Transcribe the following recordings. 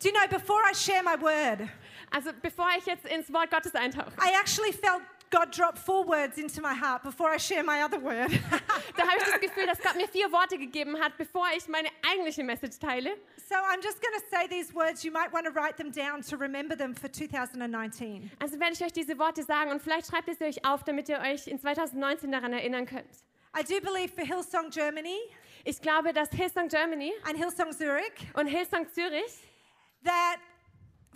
Do you know, before I share my word, Also bevor ich jetzt ins Wort Gottes eintauche, I actually felt God drop four words into my heart before I share my other word. da habe ich das Gefühl, dass Gott mir vier Worte gegeben hat, bevor ich meine eigentliche Message teile. so I'm just going to say these words. You might want to write them down to remember them for 2019. Also werde ich euch diese Worte sagen und vielleicht schreibt ihr sie euch auf, damit ihr euch in 2019 daran erinnern könnt. I do believe for Hillsong Germany Ich glaube, dass Hillsong Germany and Hillsong Zurich und Hillsong Zürich that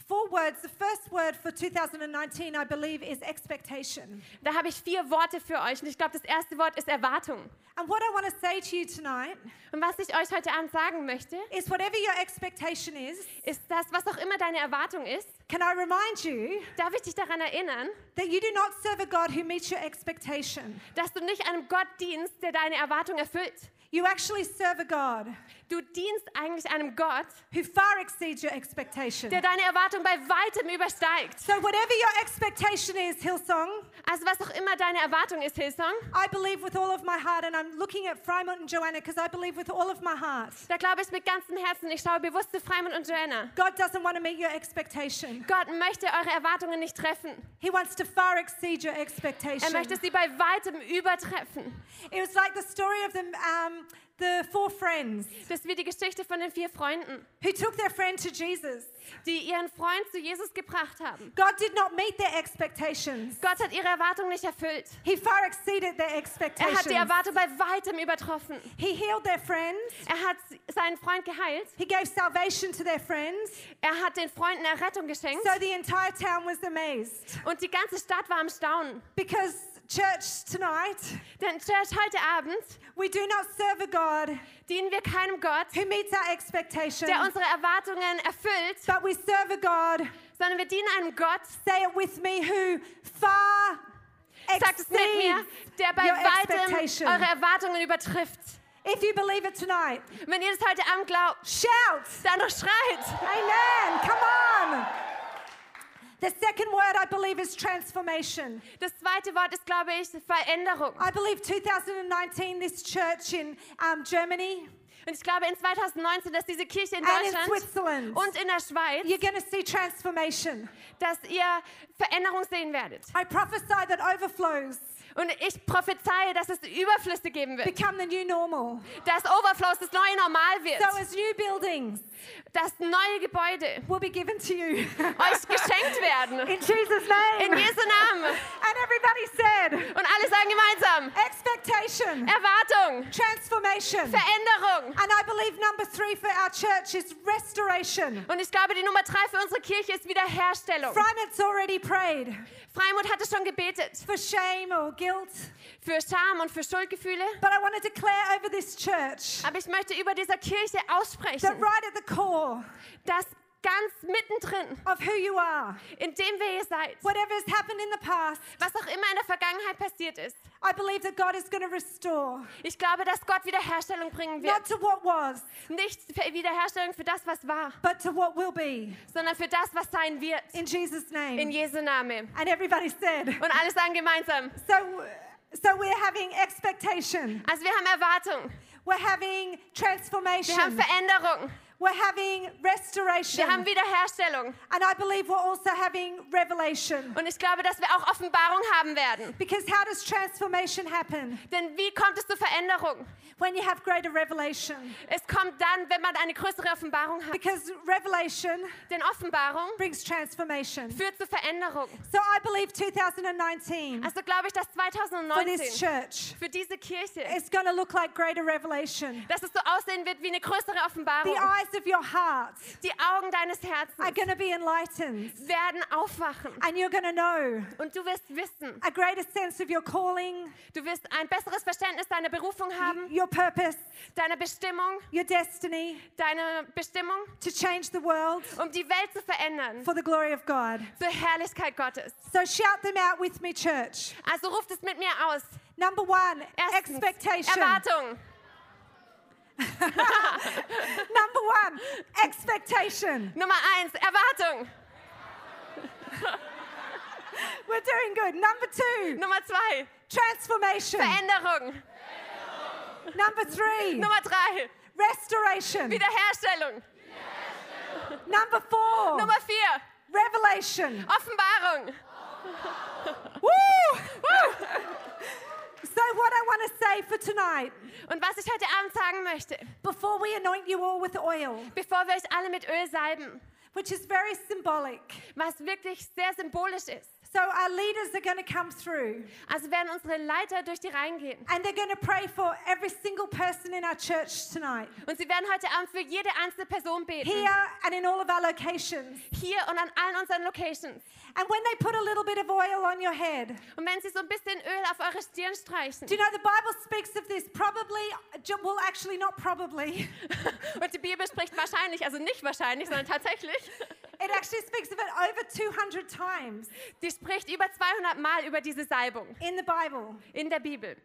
four words, the first word for 2019, I believe, is expectation. Da habe ich vier Worte für euch und ich glaube, das erste Wort ist Erwartung. And what I want to say to you tonight Und was ich euch heute Abend sagen möchte, is whatever your expectation is, ist, dass was auch immer deine Erwartung ist, can I remind you darf ich dich daran erinnern, that you do not serve a God who meets your expectation. dass du nicht einem Gott dienst, der deine Erwartung erfüllt. You actually serve a God Du dienst eigentlich einem Gott, who far exceeds your expectation. der deine Erwartung bei weitem übersteigt. So, whatever your expectation is, Hillsong, Also was auch immer deine Erwartung ist, Hillsong, I believe with all of my heart, and I'm looking at Fremont and Joanna because I believe with all of my heart, da glaube ich mit ganzem Herzen, ich schaue bewusst zu Freimund und Joanna. God doesn't want to meet your expectation. Gott möchte eure Erwartungen nicht treffen. He wants to far exceed your Er expectation. möchte sie bei weitem übertreffen. It was like the story of the, um, the four friends Das ist wie die Geschichte von den vier Freunden. who took their friend to Jesus. die ihren Freund zu Jesus gebracht haben. God did not meet their expectations. Gott hat ihre Erwartung nicht erfüllt. He far exceeded their Er hat die expectations. Erwartung bei weitem übertroffen. He healed their friends. Er hat seinen Freund geheilt. He gave salvation to their friends. Er hat den Freunden Errettung geschenkt. So the entire town was amazed. Und die ganze Stadt war am Staunen. Because, church, tonight, Denn Church, heute Abend we do not serve a God dienen wir keinem Gott, who meets our expectations, der unsere Erwartungen erfüllt, but we serve a God, sondern wir dienen einem Gott, say it with me, who far sagt exceeds. es mit mir, der bei your weitem expectation. eure Erwartungen übertrifft. If you believe it tonight, Und Wenn ihr das heute Abend glaubt, shout. dann doch schreit. Amen. Come on. The second word I believe is transformation. Das zweite Wort ist, glaube ich, Veränderung. I believe 2019, this church in um, Germany Und ich glaube, in 2019, dass diese Kirche in and in Deutschland Switzerland, und in der Schweiz, you're going to see transformation. dass ihr Veränderung sehen werdet. I prophesy that overflows Und ich prophezeie, dass es Überflüsse geben wird, become the new normal. dass Overflows das neue Normal So, wird, as new buildings dass neue Gebäude will be given to you euch geschenkt werden. in Jesus' name. In Jesu Namen. And everybody said, Und alle sagen gemeinsam, expectation, Erwartung, transformation. Veränderung. And I believe number three for our church is restoration. Und ich glaube, die Nummer drei für unsere Kirche ist Wiederherstellung. Primate's already prayed Freimut hatte schon gebetet for shame or guilt, für Scham und für Schuldgefühle. but I want to declare over this church Aber ich möchte über dieser Kirche that aussprechen, right at the core dass ganz mittendrin of who you are, indem wir hier seid, whatever has happened in the past, was auch immer in der Vergangenheit passiert ist. I believe that God is going to restore, Ich glaube, dass Gott Wiederherstellung bringen not wird. to what was, Nicht für Wiederherstellung für das, was war, but to what will be. sondern für das, was sein wird. In Jesus' In name. Jesu Namen. And everybody said, Und alle sagen gemeinsam. so. So we're having expectation. Also wir haben Erwartung, We're having transformation. wir haben Veränderung, We're having restoration. wir haben Wiederherstellung. And I believe we're also having revelation. Und ich glaube, dass wir auch Offenbarung haben werden. Because how does transformation happen? Denn wie kommt es zur Veränderung? When you have greater revelation. Es kommt dann, wenn man eine größere Offenbarung hat. Because revelation Denn Offenbarung brings transformation. führt zur Veränderung. So I believe 2019 Also glaube ich, dass for this 2019 church für diese Kirche is going to look like greater revelation. dass es so aussehen wird wie eine größere The Offenbarung. eyes of your heart Die Augen deines are Herzens going to be enlightened. werden aufwachen And you're going to know und du wirst wissen, a greater sense of your calling, um, du wirst ein besseres Verständnis deiner Berufung haben, your purpose, deiner Bestimmung, your destiny deiner Bestimmung, to change the world um die Welt zu verändern for the glory of God. zur Herrlichkeit Gottes. So shout them out with me, church. Also ruft es mit mir aus. Number one, Erstens, expectation. Erwartung. Number one, expectation. Nummer eins, Erwartung. We're doing good. Number two, Nummer zwei, transformation. Veränderung. Number three, Nummer drei, restoration. Wiederherstellung. Number four, Nummer vier. revelation. Offenbarung. Woo! so, what I want to say for tonight, Und was ich heute Abend sagen möchte, before we anoint you all with oil, bevor wir euch alle mit Öl salben, which is very symbolic. was wirklich sehr symbolisch ist. So, our leaders are going to come through Also werden unsere Leiter durch die Reihen gehen. and they're going to pray for every single person in our church tonight, Und sie werden heute Abend für jede einzelne Person beten. here and in all of our locations. Hier und an allen unseren Locations. And when they put a little bit of oil on your head, Und wenn sie so ein bisschen Öl auf eure Stirn streichen. do you know the Bible speaks of this probably, ju- well, actually, not probably. Und die Bibel spricht wahrscheinlich, also nicht wahrscheinlich, sondern tatsächlich. It actually speaks of it over 200 times Die spricht über 200 Mal über diese Salbung in the Bible. in der Bibel.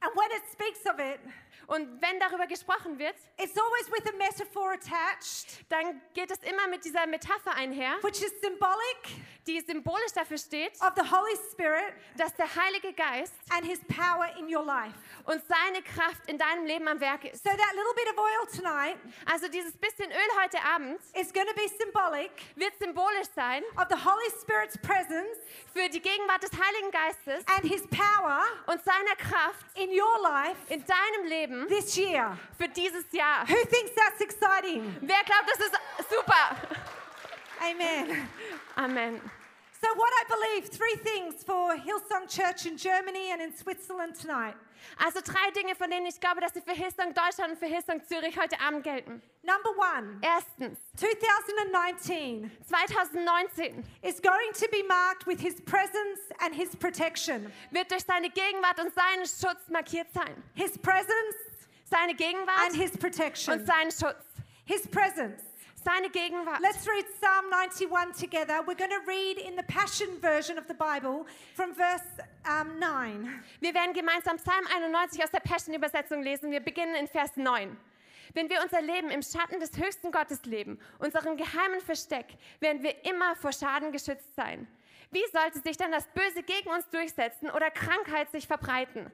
And when it speaks of it, Und wenn darüber gesprochen wird, It's always with a metaphor attached, dann geht es immer mit dieser Metapher einher, which is symbolic die symbolisch dafür steht, of the Holy Spirit dass der Heilige Geist and his power in your life. und seine Kraft in deinem Leben am Werk ist. So that little bit of oil tonight Also dieses bisschen Öl heute Abend is going to be symbolic wird symbolisch sein of the Holy Spirit's presence für die Gegenwart des Heiligen Geistes and his power und seiner Kraft in your life in deinem Leben this year. für dieses Jahr. Who thinks that's exciting? Wer glaubt, das ist super? Amen. Amen. So what I believe, three things for Hillsong Church in Germany and in Switzerland tonight. Also drei Dinge, von denen ich glaube, dass sie für Hillsong Deutschland und für Hillsong Zürich heute Abend gelten. Number 1, Erstens, 2019 2019 is going to be marked with his presence and his protection. wird durch seine Gegenwart und seinen Schutz markiert sein. His presence Seine Gegenwart and his und protection. seinen Schutz. His presence. Seine Gegenwart. Let's read Psalm 91 together. We're going to read in the Passion version of the Bible from verse um, 9. Wir werden gemeinsam Psalm 91 aus der Passion-Übersetzung lesen. Wir beginnen in Vers 9. Wenn wir unser Leben im Schatten des höchsten Gottes leben, unserem geheimen Versteck, werden wir immer vor Schaden geschützt sein. Wie sollte sich dann das Böse gegen uns durchsetzen oder Krankheit sich verbreiten?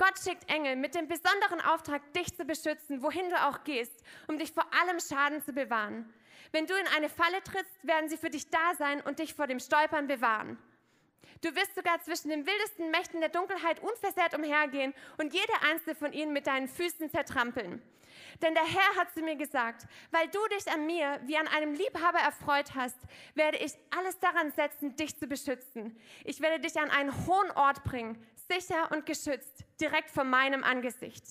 Gott schickt Engel mit dem besonderen Auftrag, dich zu beschützen, wohin du auch gehst, um dich vor allem Schaden zu bewahren. Wenn du in eine Falle trittst, werden sie für dich da sein und dich vor dem Stolpern bewahren. Du wirst sogar zwischen den wildesten Mächten der Dunkelheit unversehrt umhergehen und jede einzelne von ihnen mit deinen Füßen zertrampeln. Denn der Herr hat zu mir gesagt, weil du dich an mir wie an einem Liebhaber erfreut hast, werde ich alles daran setzen, dich zu beschützen. Ich werde dich an einen hohen Ort bringen, sicher und geschützt, direkt vor meinem Angesicht.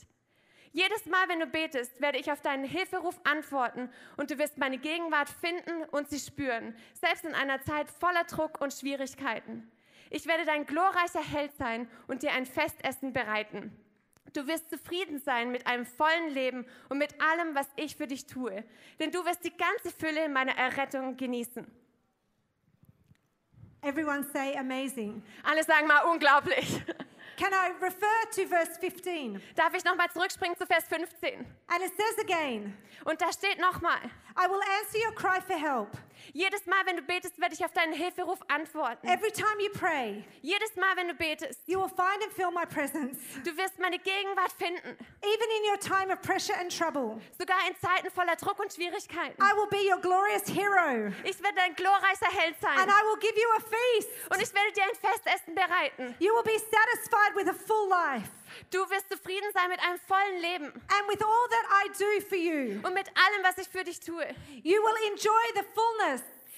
Jedes Mal, wenn du betest, werde ich auf deinen Hilferuf antworten und du wirst meine Gegenwart finden und sie spüren, selbst in einer Zeit voller Druck und Schwierigkeiten. Ich werde dein glorreicher Held sein und dir ein Festessen bereiten. Du wirst zufrieden sein mit einem vollen Leben und mit allem, was ich für dich tue, denn du wirst die ganze Fülle meiner Errettung genießen. Everyone say amazing. Alle sagen mal unglaublich. Can I refer to verse 15? Darf ich nochmal zurückspringen zu Vers 15? And it says again, Und da steht nochmal, I will answer your cry for help. jedes Mal, wenn du betest, werde ich auf deinen Hilferuf antworten. Every time you pray, Jedes Mal, wenn du betest, you will find and feel my presence, du wirst meine Gegenwart finden. even in your time of pressure and trouble. Sogar in Zeiten voller Druck und Schwierigkeiten. I will be your glorious hero, Ich werde dein glorreicher Held and sein. I will give you a feast. Und ich werde dir ein Festessen bereiten. You will be satisfied with a full life Du wirst zufrieden sein mit einem vollen Leben. and with all that I do for you. Und mit allem, was ich für dich tue. You will enjoy the fullness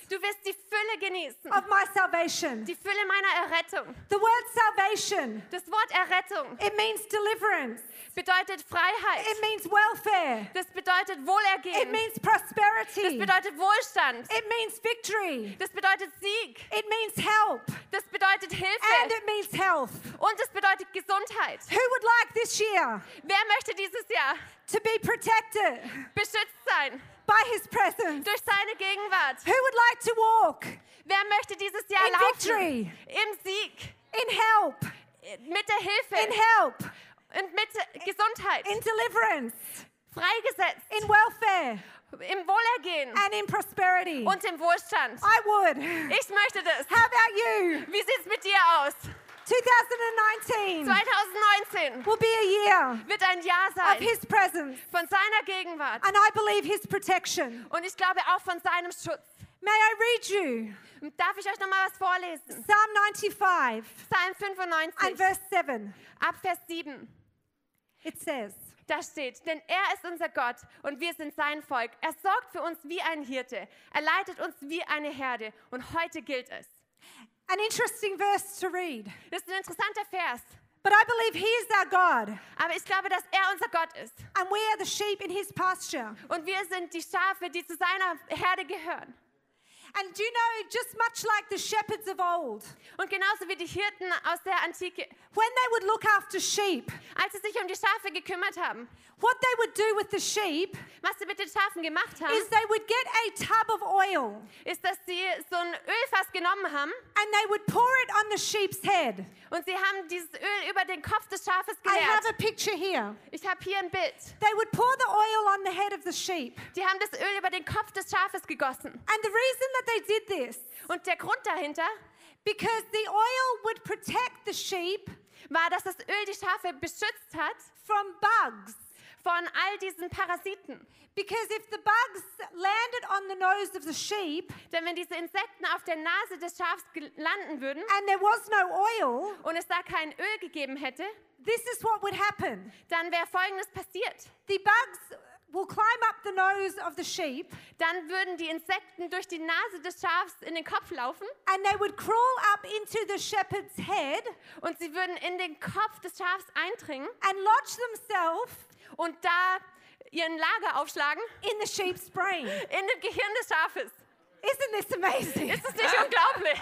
Du wirst die Fülle genießen. of my salvation. Die Fülle meiner Errettung. The word salvation, Das Wort Errettung it means deliverance, bedeutet it Freiheit. means welfare, Das bedeutet it Wohlergehen. means Das prosperity, bedeutet Wohlstand. it means victory, Das bedeutet Sieg. it means help, Das bedeutet and Hilfe. it means health. Und es bedeutet Gesundheit. Who would like this year Wer möchte dieses Jahr to be protected beschützt sein by his presence? durch seine Gegenwart? Who would like to walk Wer möchte dieses Jahr In laufen? victory. Im Sieg, in help, mit der Hilfe in help, und mit Gesundheit, in deliverance, freigesetzt, in welfare, im Wohlergehen and in prosperity? und im Wohlstand. I would. Ich möchte das. How about you? Wie sieht's mit dir aus? 2019 2019 will be a year wird ein Jahr of sein His presence, von seiner Gegenwart and I believe His protection. und ich glaube auch von seinem Schutz. May I read you Darf ich euch nochmal was vorlesen? Psalm 95 Psalm and 95, verse 7? ab Vers 7. It says, Da steht, denn er ist unser Gott und wir sind sein Volk. Er sorgt für uns wie ein Hirte. Er leitet uns wie eine Herde. Und heute gilt es. an interesting verse to read, Das ist ein interessanter Vers. but I believe He is our God, Aber ich glaube, dass er unser Gott ist. and we are the sheep in His pasture. Und wir sind die Schafe, die zu seiner Herde gehören. And do you know, just much like the shepherds of old, Und genauso wie die Hirten aus der Antike. when they would look after sheep, Als sie sich um die Schafe gekümmert haben, what they would do with the sheep was sie mit den Schafen gemacht haben, is ist, they would get a tub of oil dass sie so ein Ölfass genommen haben and they would pour it on the sheep's head. und sie haben dieses Öl über den Kopf des Schafes I have geleert. a picture here. Ich habe hier ein Bild. They would pour the oil on the head of the sheep. Die haben das Öl über den Kopf des Schafes gegossen. And the reason that they did this, Und der Grund dahinter because the oil would protect the sheep war, dass das Öl die Schafe beschützt hat from bugs. von all diesen Parasiten. Because if the bugs landed on the nose of the sheep Denn wenn diese Insekten auf der Nase des Schafs gel- landen würden and there was no oil, und es da kein Öl gegeben hätte, this is what would happen. dann wäre Folgendes passiert. The bugs will climb up the nose of the sheep Dann würden die Insekten durch die Nase des Schafs in den Kopf laufen and they would crawl up into the shepherd's head und sie würden in den Kopf des Schafs eindringen and lodge themselves und da ihren Lager aufschlagen in the sheep's brain. in dem Gehirn des Schafes. Isn't this amazing? Ist es nicht unglaublich?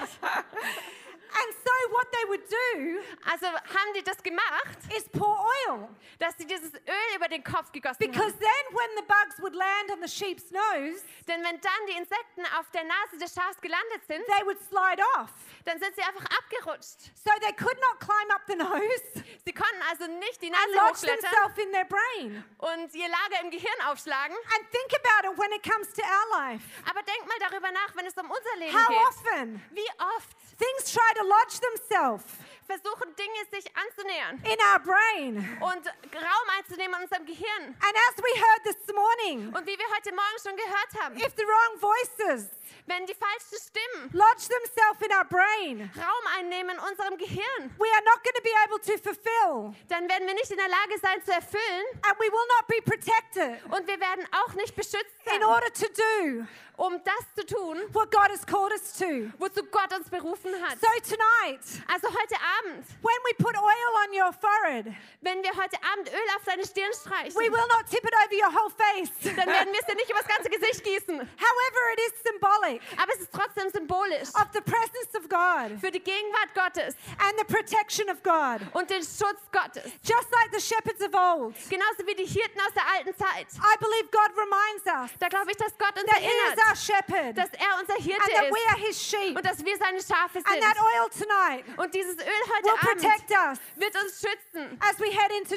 And so, what they would do Also haben die das gemacht, is pour oil dass sie dieses Öl über den Kopf gegossen because haben. then, when the bugs would land on the sheep's nose, Denn wenn dann die Insekten auf der Nase des Schafs gelandet sind, they would slide off. dann sind sie einfach abgerutscht. So, they could not climb up the nose Sie konnten also nicht die and Nase lodge hochklettern themselves in their brain. und ihr Lager im Gehirn aufschlagen. And think about it when it comes to our life. Aber denk mal darüber nach, wenn es um unser Leben How geht. often Wie oft things try to lodge themselves versuchen Dinge sich anzunähern in our brain. und Raum einzunehmen in unserem Gehirn. And as we heard this morning, Und wie wir heute Morgen schon gehört haben, if the wrong voices wenn die falschen Stimmen lodge themselves in our brain, Raum einnehmen in unserem Gehirn, we are not going to be able to fulfill dann werden wir nicht in der Lage sein zu erfüllen, and we will not be protected Und wir werden auch nicht beschützt in sein, order to do um das zu tun, what God has called us to. wozu Gott uns berufen hat. So tonight, Also heute Abend, when we put oil on your forehead, wenn wir heute Abend Öl auf deine Stirn we streichen, will not tip it over your whole face. dann werden wir es dir nicht übers ganze Gesicht gießen. However, it is symbolic Aber es ist trotzdem symbolisch of the presence of God für die Gegenwart Gottes and the protection of God. und den Schutz Gottes. Just like the shepherds of old, Genauso wie die Hirten aus der alten Zeit. I believe God reminds us Da glaube ich, dass Gott uns that He is erinnert, our shepherd dass and er unser Hirte that we ist are His sheep. und dass wir seine Schafe And that sind. oil tonight Und dieses Öl will heute Abend protect us wird uns schützen, as we head into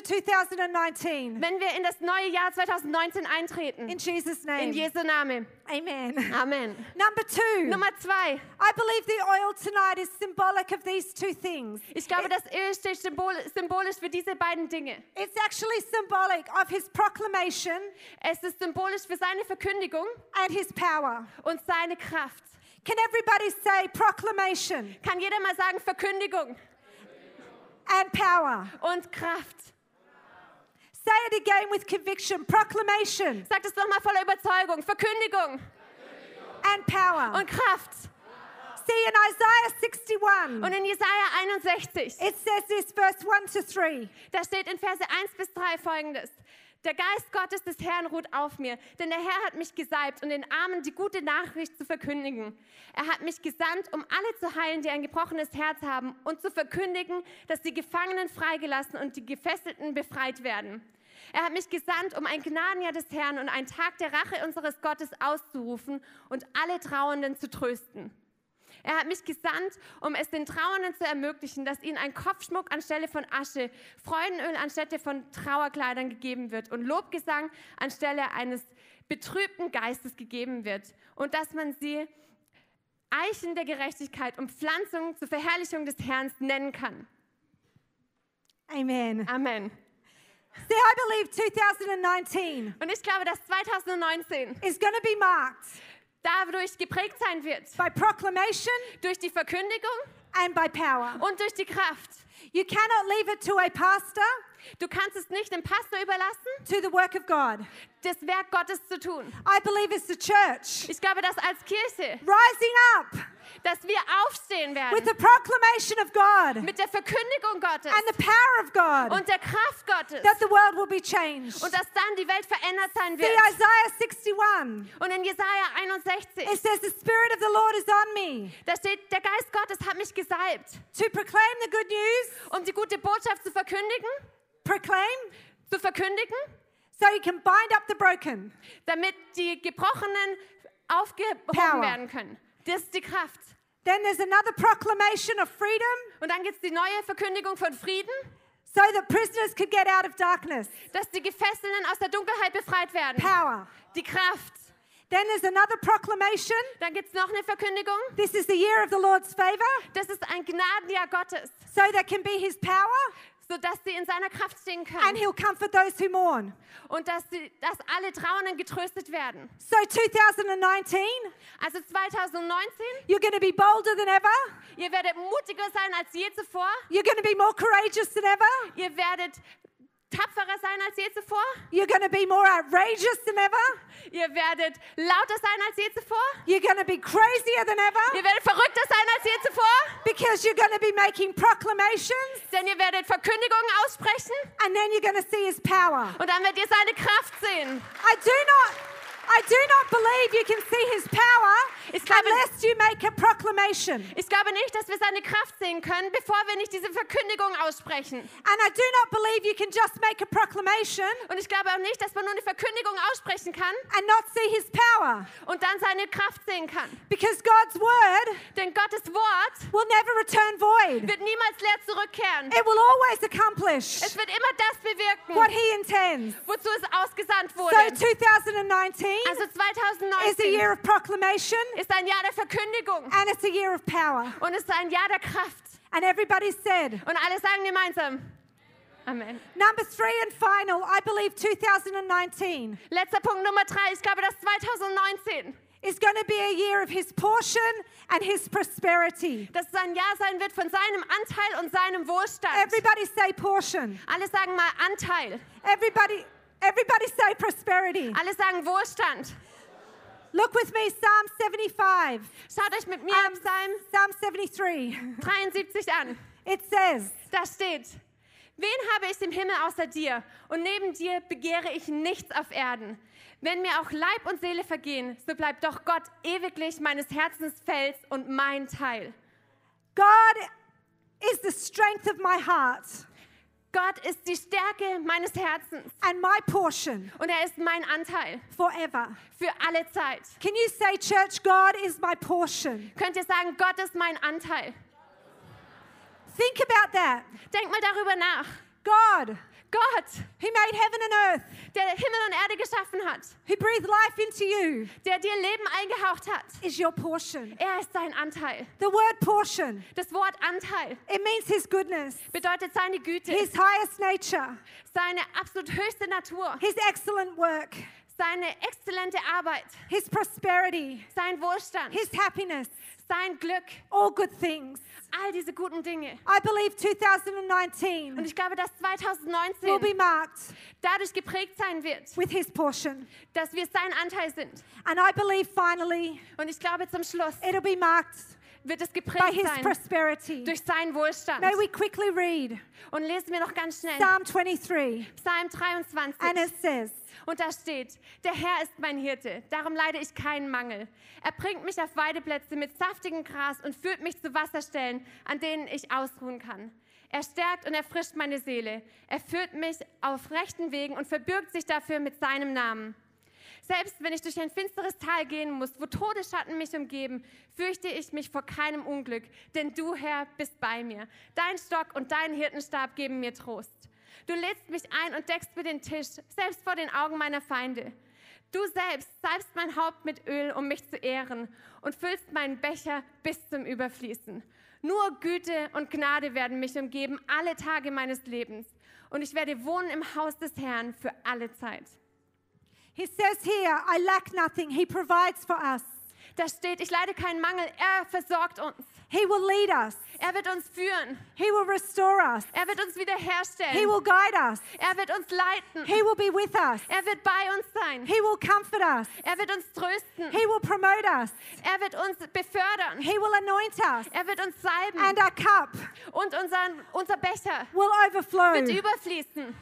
2019. wenn wir in das neue Jahr 2019 eintreten. In Jesus' In name. Jesu Name. Amen. Amen. Number two, Nummer zwei. I believe the oil tonight is symbolic of these two things. Ich glaube, das Öl steht symbol symbolisch für diese beiden Dinge. It's actually symbolic of his proclamation Es ist symbolisch für seine Verkündigung and his power. und seine Kraft. Can everybody say proclamation Kann jeder mal sagen, Verkündigung and power? und Kraft. Say it again with conviction proclamation Sagt es nochmal voller Überzeugung. Verkündigung and power. und Kraft. See in Isaiah 61. Und in Jesaja 61, It says this, verse 1 to 3. da steht in Verse 1 bis 3 folgendes. Der Geist Gottes des Herrn ruht auf mir, denn der Herr hat mich gesalbt, um den Armen die gute Nachricht zu verkündigen. Er hat mich gesandt, um alle zu heilen, die ein gebrochenes Herz haben, und zu verkündigen, dass die Gefangenen freigelassen und die Gefesselten befreit werden. Er hat mich gesandt, um ein Gnadenjahr des Herrn und einen Tag der Rache unseres Gottes auszurufen und alle Trauernden zu trösten. Er hat mich gesandt, um es den Trauernden zu ermöglichen, dass ihnen ein Kopfschmuck anstelle von Asche, Freudenöl anstelle von Trauerkleidern gegeben wird und Lobgesang anstelle eines betrübten Geistes gegeben wird und dass man sie Eichen der Gerechtigkeit und Pflanzungen zur Verherrlichung des Herrn nennen kann. Amen. Amen. See, I believe 2019 Und ich glaube, dass 2019 is going to be marked dadurch geprägt sein wird, by proclamation durch die Verkündigung and by power. und durch die Kraft. You cannot leave it to a pastor Du kannst es nicht dem Pastor überlassen, to the work of God. das Werk Gottes zu tun. I believe it's the church Ich glaube, dass als Kirche, rising up dass wir aufstehen with werden the proclamation of God and mit der Verkündigung Gottes the power of God und der Kraft Gottes that the world will be changed. und dass dann die Welt verändert sein See, wird. Isaiah 61, Und in Jesaja 61, it says, The Spirit of the Lord is on me da steht, der Geist Gottes hat mich gesalbt, to proclaim the good news, um die gute Botschaft zu verkündigen, proclaim, zu verkündigen, so you can bind up the broken. damit die Gebrochenen Power. aufgehoben werden können. Das ist die Kraft. Then there's another proclamation of freedom Und dann gibt es die neue Verkündigung von Frieden, so that prisoners could get out of darkness. dass die Gefesselten aus der Dunkelheit befreit werden. Power. Die Kraft. Then there's another proclamation. Dann gibt es noch eine Verkündigung. This is the year of the Lord's favor, Das ist ein Gnadenjahr Gottes, so there can be his power, sodass sie in seiner Kraft stehen and können. he'll comfort those who mourn. Und dass, sie, dass alle Trauernden getröstet werden. So 2019, Also 2019, you're going to be bolder than ever. ihr werdet mutiger sein als je zuvor. You're going to be more courageous than ever. Ihr werdet tapferer sein als je zuvor. You're going to be more outrageous than ever. Ihr werdet lauter sein als je zuvor. You're going to be crazier than ever Ihr werdet verrückter sein als je zuvor. because you're going to be making proclamations Denn ihr werdet Verkündigungen aussprechen and then you're going to see his power. und dann werdet ihr seine Kraft sehen. I do not I do not believe you can see his It's power coming. unless you make a proclamation. Ich glaube nicht, dass wir seine Kraft sehen können, bevor wir nicht diese Verkündigung aussprechen. And I do not believe you can just make a proclamation Und ich glaube auch nicht, dass man nur eine Verkündigung aussprechen kann and not see his power und dann seine Kraft sehen kann. because God's word Denn Gottes Wort will never return void. wird niemals leer zurückkehren. It will always accomplish Es wird immer das bewirken, what he intends. wozu es ausgesandt So wurde. 2019 Also is a 2019 year of proclamation ist ein Jahr der Verkündigung and it's a year of power. und es ist ein Jahr der Kraft. And everybody said, Und alle sagen gemeinsam. Amen. number three and final, I believe 2019 Letzter Punkt Nummer drei. Ich glaube, dass 2019 is going to be a year of his portion and his prosperity. dass es ein Jahr sein wird von seinem Anteil und seinem Wohlstand. Everybody say portion. Alle sagen mal Anteil. Everybody, everybody say prosperity. Alle sagen Wohlstand. Look with me, Psalm 75, Schaut euch mit mir Um, im Psalm Psalm 73. 73 an. It says, Da steht, wen habe ich im Himmel außer dir? Und neben dir begehre ich nichts auf Erden. Wenn mir auch Leib und Seele vergehen, so bleibt doch Gott ewiglich meines Herzens Fels und mein Teil. God is the strength of my heart Gott ist die Stärke meines Herzens and my portion und er ist mein Anteil forever. für alle Zeit. Can you say, church, God is my portion? Könnt ihr sagen, Gott ist mein Anteil? Think about that. Denkt mal darüber nach. God, Gott, who made heaven and earth, der Himmel und Erde geschaffen hat, who breathed life into you, der dir Leben eingehaucht hat, is your portion. er ist dein Anteil. The word portion, Das Wort Anteil it means his goodness, bedeutet seine Güte, his highest nature, seine absolut höchste Natur, his excellent work, seine exzellente Arbeit, his prosperity, sein Wohlstand, his happiness, sein Glück, all good things. all diese guten Dinge. I believe Und 2019 ich glaube, dass will be 2019 marked dadurch geprägt sein wird, with his portion. dass wir sein Anteil sind. And I believe finally Und ich glaube, zum Schluss it'll be marked wird es by geprägt his sein prosperity. durch seinen Wohlstand. May we quickly read Und lesen wir noch ganz schnell Psalm 23 Psalm 23. and it says, Und da steht, der Herr ist mein Hirte, darum leide ich keinen Mangel. Er bringt mich auf Weideplätze mit saftigem Gras und führt mich zu Wasserstellen, an denen ich ausruhen kann. Er stärkt und erfrischt meine Seele. Er führt mich auf rechten Wegen und verbirgt sich dafür mit seinem Namen. Selbst wenn ich durch ein finsteres Tal gehen muss, wo Todesschatten mich umgeben, fürchte ich mich vor keinem Unglück, denn du, Herr, bist bei mir. Dein Stock und dein Hirtenstab geben mir Trost. Du lädst mich ein und deckst mir den Tisch, selbst vor den Augen meiner Feinde. Du selbst salbst mein Haupt mit Öl, um mich zu ehren, und füllst meinen Becher bis zum Überfließen. Nur Güte und Gnade werden mich umgeben alle Tage meines Lebens, und ich werde wohnen im Haus des Herrn für alle Zeit. He says here, I lack nothing. He provides for us. Da steht, ich leide keinen Mangel, er versorgt uns. He will lead us. Er wird uns führen, He will restore us. er wird uns He wiederherstellen, will guide us. er wird uns leiten, He will be with us. er wird bei uns sein, He will comfort us. er wird uns trösten, He will promote us. er wird uns befördern, He will anoint us. er wird uns salben And uh, our cup und unseren, unser Becher will overflow. wird überfließen.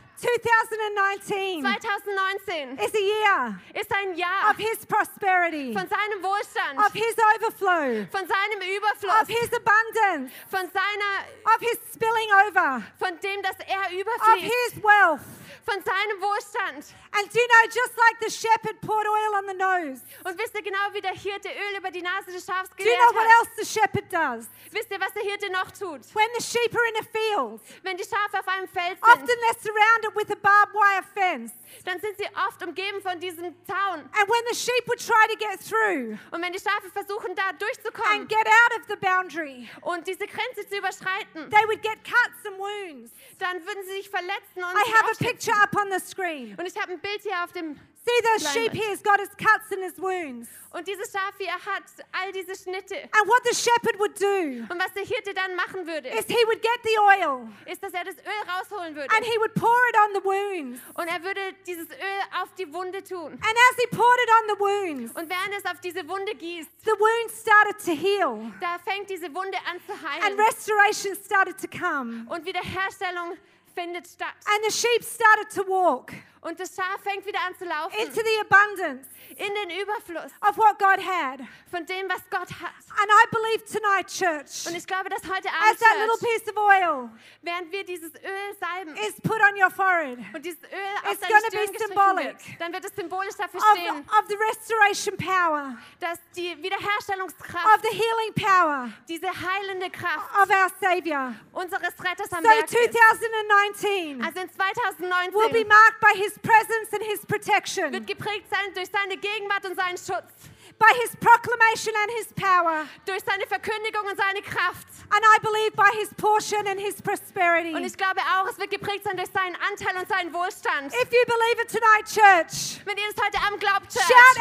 2019 2019 is a year ist ein of Jahr His prosperity, von seinem of Wohlstand, His overflow, von seinem of Überfluss, His abundance, von seiner, of His spilling over, von dem, dass er of überfließt, His wealth. von seinem Wohlstand. And do you know, just like the shepherd poured oil on the nose, Und wisst ihr genau, wie der Hirte Öl über die Nase des Schafs do you know geleert what hat? else the shepherd does? Wisst ihr, was der Hirte noch tut? When the sheep are in a field, Wenn die Schafe auf einem Feld often sind, they're surrounded with a barbed wire fence. dann sind sie oft umgeben von diesem Zaun. And when the sheep would try to get through Und wenn die Schafe versuchen, da and durchzukommen get out of the boundary, und diese Grenze zu überschreiten, they would get cuts and wounds. dann würden sie sich verletzen und I sich have a aufschlitzen. picture up on the screen. Und ich habe ein Bild hier auf dem... See those sheep Leinwand. here has got his cuts and his wounds. Und dieses Schaf hier hat all diese Schnitte. And what the shepherd would do Und was der Hirte dann machen würde, is he would get the oil ist, dass er das Öl rausholen würde. and he would pour it on the wounds. Und er würde dieses Öl auf die Wunde tun. And as he poured it on the wounds, Und während es auf diese Wunde gießt, the wounds started to heal da fängt diese Wunde an zu heilen. and restoration started to come. Und Wiederherstellung findet statt. And the sheep started to walk Und das Schaf fängt wieder an zu laufen into the abundance in den Überfluss of what God had. And von dem, was Gott hat. I believe tonight, church, Und ich glaube, dass heute as Abend, that little Church, piece of oil während wir dieses Öl salben is put on your forehead und dieses Öl It's auf deine gonna be Stirn gestrichen symbolic. wird, dann wird es symbolisch dafür of, stehen, of the restoration power, dass die of Wiederherstellungskraft, the healing power diese heilende Kraft of our Savior. unseres Retters am So Werk ist. 2019 will Also in be 2019 marked by His presence and His protection, wird geprägt sein durch seine Gegenwart und seinen Schutz, by His proclamation and His power, durch seine Verkündigung und seine Kraft. and I believe by His portion and His prosperity. Und ich glaube auch, es wird geprägt sein durch seinen Anteil und seinen Wohlstand. If you believe it tonight, church, Wenn ihr das heute Abend glaubt, Church, shout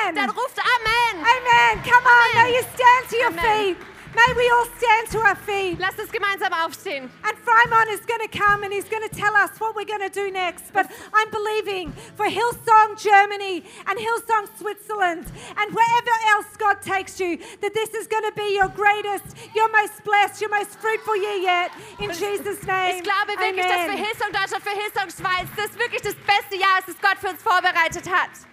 Amen. dann ruft Amen. Amen. Come on, Amen. may you stand to your Amen. feet. May we all stand to our feet. Lasst uns gemeinsam aufstehen. And Frymon is going to come and he's going to tell us what we're going to do next. But I'm believing for Hillsong Germany and Hillsong Switzerland and wherever else God takes you, that this is going to be your greatest, your most blessed, your most fruitful year yet. In Jesus' name. Ich glaube wirklich, dass für Amen. Hillsong Deutschland, für Hillsong Schweiz, das wirklich das beste Jahr ist, das Gott für uns vorbereitet hat.